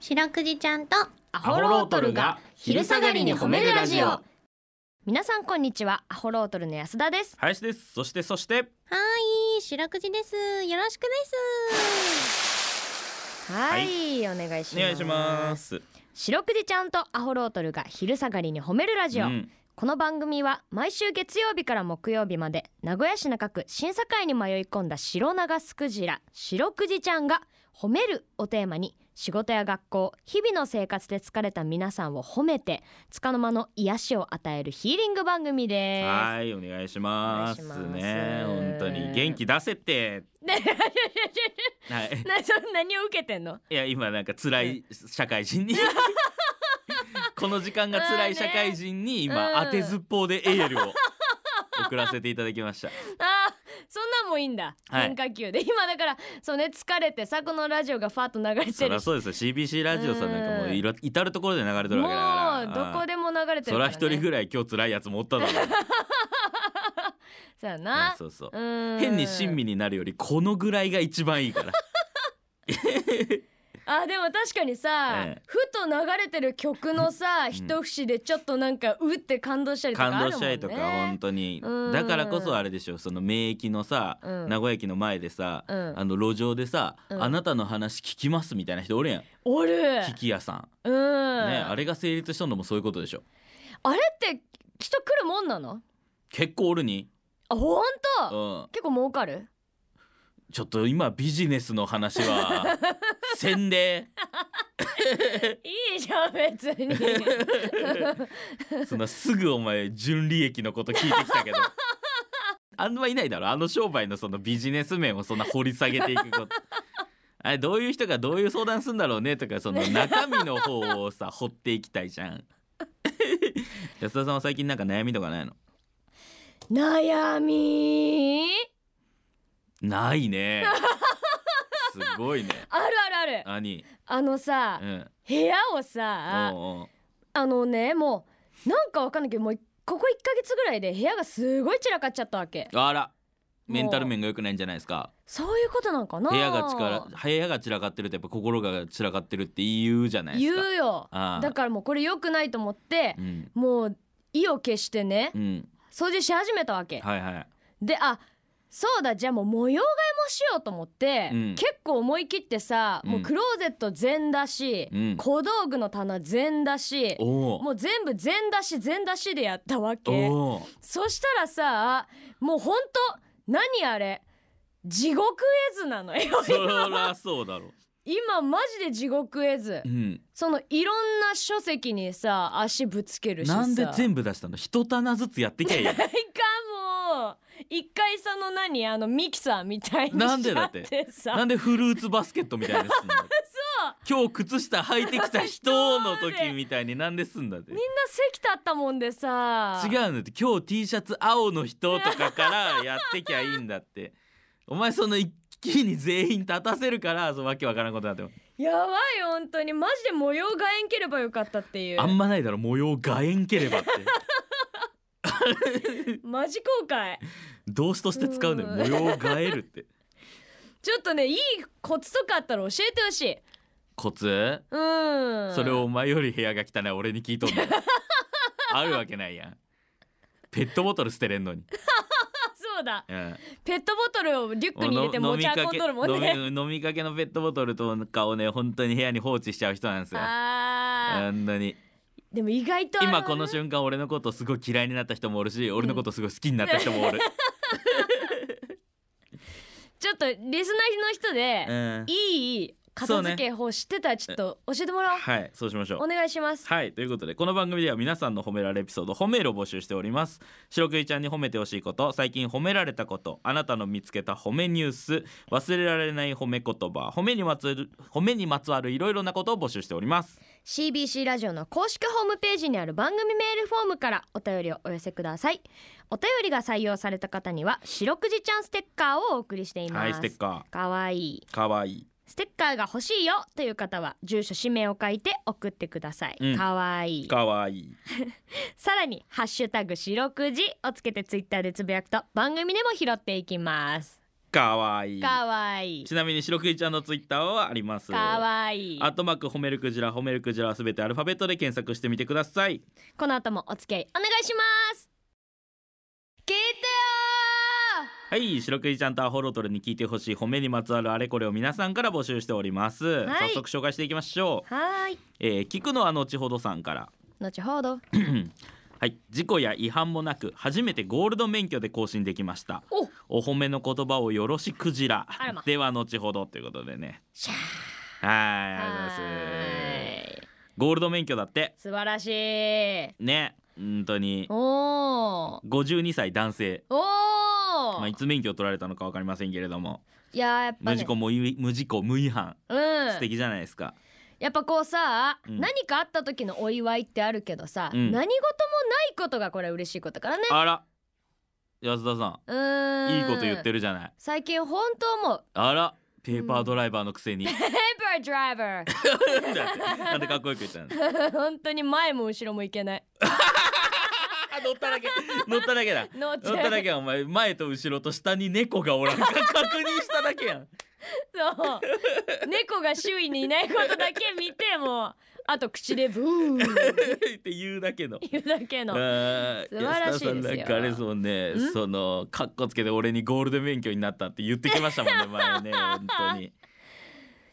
白くじちゃんとアホロートルが昼下がりに褒めるラジオ皆さんこんにちはアホロートルの安田です林ですそしてそしてはーい白くじですよろしくですはい、お願いしおます願いします白くじちゃんとアホロートルが昼下がりに褒めるラジオ、うんこの番組は毎週月曜日から木曜日まで名古屋市中区審査会に迷い込んだ白長スクジラ白くじちゃんが褒めるをテーマに仕事や学校日々の生活で疲れた皆さんを褒めて束の間の癒しを与えるヒーリング番組ですはいお願いしますお願いしねます本当に元気出せってねいやいやいはい やなそ何を受けてんのいや今なんか辛い社会人 にこの時間が辛い社会人にまあ今ね当てずっぽうでエール を送らせていただきましたあーそんなんもいいんだはい変化球で、今だからそうね疲れてさこのラジオがファーッと流れてそりるゃしそうですよ CBC ラジオさんなんかもういろ至る所で流れてるわけだからもうどこででも流れてるかそりゃら、ね、一人ぐらい今日辛いやつもおっただろうそうやなそうそううん変に親身になるよりこのぐらいが一番いいからあでも確かにさ、ええふと流れてる曲のさ一節でちょっとなんかうって感動したりとかあ感る動もんねしたりとか本当にうんだからこそあれでしょその名駅のさうん名古屋駅の前でさうんあの路上でさうんあなたの話聞きますみたいな人おるやんおる聞き屋さんうん、ねああれれが成立したのもそういうことでしょって人来るもんなの結構おるにあほんうとん結構儲かるちょっと今ビジネスの話は せんでいいじゃん別に そんなすぐお前純利益のこと聞いて きたけどあんまいないだろあの商売のそのビジネス面をそんな掘り下げていくことあれどういう人がどういう相談するんだろうねとかその中身の方をさ掘っていきたいじゃん 安田さんは最近なんか悩みとかないの悩みないねすごいねあるあるある兄あのさうん部屋をさおうおうあのねもうなんかわかんないけどもうここ1ヶ月ぐらいで部屋がすごい散らかっちゃったわけあらメンタもルう面が良くないんじゃないですかそういうことなんかな部屋が力部屋が散らかってるとやっぱ心が散らかってるって言うじゃないで言すかうよああだからもうこれ良くないと思ってうんもう意を決してねうん掃除し始めたわけはいはいであそうだじゃあもう模様替えもしようと思って、うん結構思い切ってさもううんクローゼット全だし、うん小道具の棚全だしおおもう全部全出し全出しでやったわおけおそしたらさもうほんと何あれ地獄絵図なのよそらそうだろ今マジで地獄絵図う、うん、そのいろんな書籍にさ足ぶつけるしさなんで部 全部出したの一棚ずつやってきゃいいやん一回もう一回その何あのミキサーみたいになんでだっしてちゃってさなんでフルーツバスケットみたいにすんの今日靴下履いてきた人の時みたいになんですんだってみ違んな席立ったもんでさうんだって今日 T シャツ青の人とかからやってきゃいいんだってお前その一気に全員立たせるからそうわけわからんことになってもやばいよ本当にマジで模様替えんければよかったっていうあんまないだろ模様がえんければって マジ後悔動詞として使うのようん模様がえるってちょっとねいいコツとかあったら教えてほしいコツうんそれをお前より部屋が汚い俺に聞いと んのあるわけないやんペットボトル捨てれんのに、あ そうだうんペットボトルをリュックに入れても持うち運んどるもん飲みねかけ飲み飲みかけのペットボトルとかをね本当に部屋に放置しちゃう人なんですよ あー本当にでも意外とあ今このね瞬間俺のことすごい嫌いになった人もおるし俺のことすごい好きになった人も おる、ちょっとリスナーの人で、うん、いい片付け法知ってたらちょっと教えてもらおうはいそうしましょうお願いしますはいということでこの番組では皆さんの褒められエピソード褒めるを募集しております白くいちゃんに褒めてほしいこと最近褒められたことあなたの見つけた褒めニュース忘れられない褒め言葉褒めにまつわる褒めにまつわるいろいろなことを募集しております CBC ラジオの公式ホームページにある番組メールフォームからお便りをお寄せくださいお便りが採用された方には白くじちゃんステッカーをお送りしています、はいステッカかわいいーかわいいステッカーが欲しいよという方は住所氏名を書いて送ってください、うんかわいいかわいいさらにハッシュタグ白くじをつけてツイッターでつぶやくと番組でも拾っていきますかわいいかわいいちなみに白クジちゃんのツイッターはありますかわいいアットマーク褒めるクジラ褒めるクジラはすべてアルファベットで検索してみてくださいこの後もお付き合いお願いします聞いてよはい白クジちゃんとアホロトルに聞いてほしい褒めにまつわるあれこれを皆さんから募集しております、はい早速紹介していきましょーう、はーいえー、聞くのは後ほどさんから 後ほどはい事故や違反もなく初めてゴールド免許で更新できましたおお褒めの言葉をよろしくじらあらまでは後ほどということでねシャーはいありがとうございますはーいゴールド免許だって素晴らしいね本当におー52歳男性おー、まあ、いつ免許取られたのかわかりませんけれども、いやーやっぱ無ね事故無違無事故無違反、うん素敵じゃないですかやっぱこうさ、うん何かあった時のお祝いってあるけどさ、うん何事もないことがこれ嬉しいことからねあら安田さうーんんいいこと言ってるるじゃない最近本当もうあらペーパードライバーのくせに、ペーパードライバだってなんでかっこよ く言ったのー 本当に前も後ろもいけないあ乗っただけ乗っただけだ乗っち乗ったゃうだけやお前前と後ろと下に猫がおらんか確認しただけやんそう猫が周囲にいないことだけ見てもうあと口でブー って言うだけの言うだけのあー素晴らしいですよ安田さんなんかあれですもんねんそのカッコつけて俺にゴールド免許になったって言ってきまし たもんね前ね本当に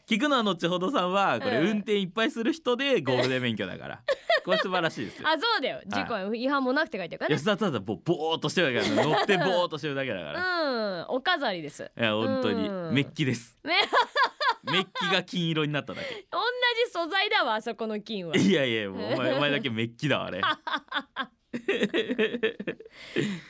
聞くのは後ほどさんはこれうん運転いっぱいする人でゴールド免許だからこれ素晴らしいですよあそうだよ事故違反もなくて書いてるからね安田さんはぼぼーっとしてるだけだから乗ってぼーっとしてるだけだかうらんお飾りですいや本当にうんメッキですめメッキが金色になった だけ同じ素材だわあそこの金はいやいやもうお前お前だけメッキだわ あれ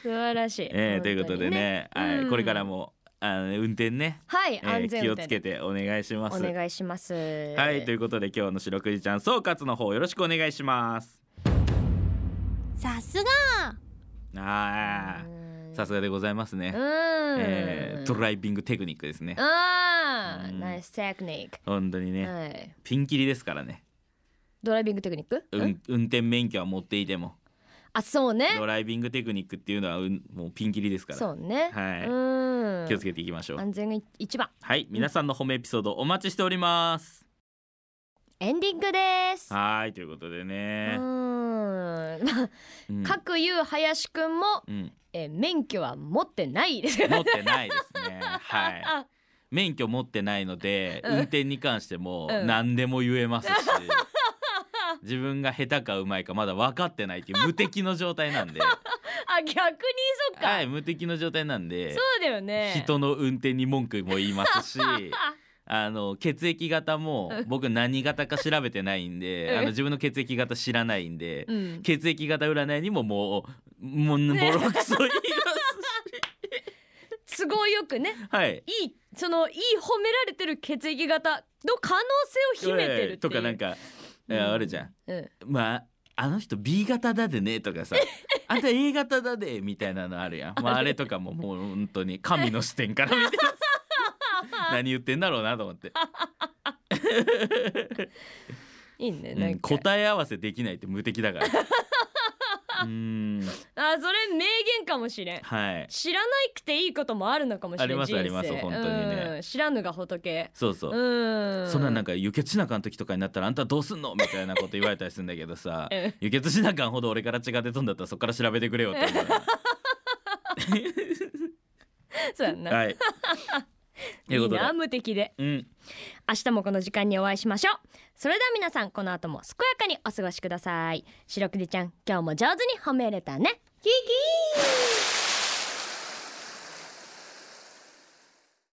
素晴らしい。え本ーと当いにうことで。ねはういんこれからもあの運転ねはい、えー安全気運を転つけてお願いします。お願いします。ははいということで今日の白くじちゃん総括の方よろしくお願いします。さすがああさすがでございますうね。ん。えー、ドライビングテクニックですね。ああ、うんナイステクニック。本当にねはい。ピンキリですからね。ドライビングテクニック？う。ん、運転免許は持っていてもあ、そうね。ドライビングテクニックっていうのは、うん、もうピンキリですから。そうね。はいうん。気をつけていきましょう。安全が一番。はい皆さんの褒めエピソードお待ちしております。エンディングです。はいということでうね。ん。まあうん各有林くんも、うん、えー免許は持ってないです。持ってないですね。はい。あ免許持ってないので、うん運転に関してもうん何でも言 えますし、自分が下手かうまいかまだ分かってないっ ていう無敵の状態なんであ、逆にそっか。はい無敵の状態なんでそ、うだよね。人の運転に文句も言いますしあの血液型も僕何型か調べてないんで、うんあの自分の血液型知らないんで、うん。血液型占いにももうもうボロクソ言いますし都合よくねはい。いいそのいい褒められてる血液型の可能性を秘めてるっていうとかなん、か、えうんあるじゃん。うん、まああの人 B 型だでねとかさあんた A 型だでみたいなのあるやんまあ、あれとかももう本当に神の視点から見てます何言ってんだろうなと思って、いいねうなんんか、答え合わせできないって無敵だからうーんあそれ名言かもしれんはい知らないくていいこともあるのかもしれんあります人生あります本当にねうん知らぬが仏そうそう、うんそんななんかか輸血しなあかん時とかになったらあんたどうすんのみたいなこと言われたりするんだけどさうん輸血しなあかんほど俺から血が出とんだったらそっから調べてくれよって思う そうやんな、はい ということでな無敵でうん明日もこの時間にお会いしましょうそれでは皆さんこの後も健やかにお過ごしください白くじちゃん今日も上手に褒めれたねキキー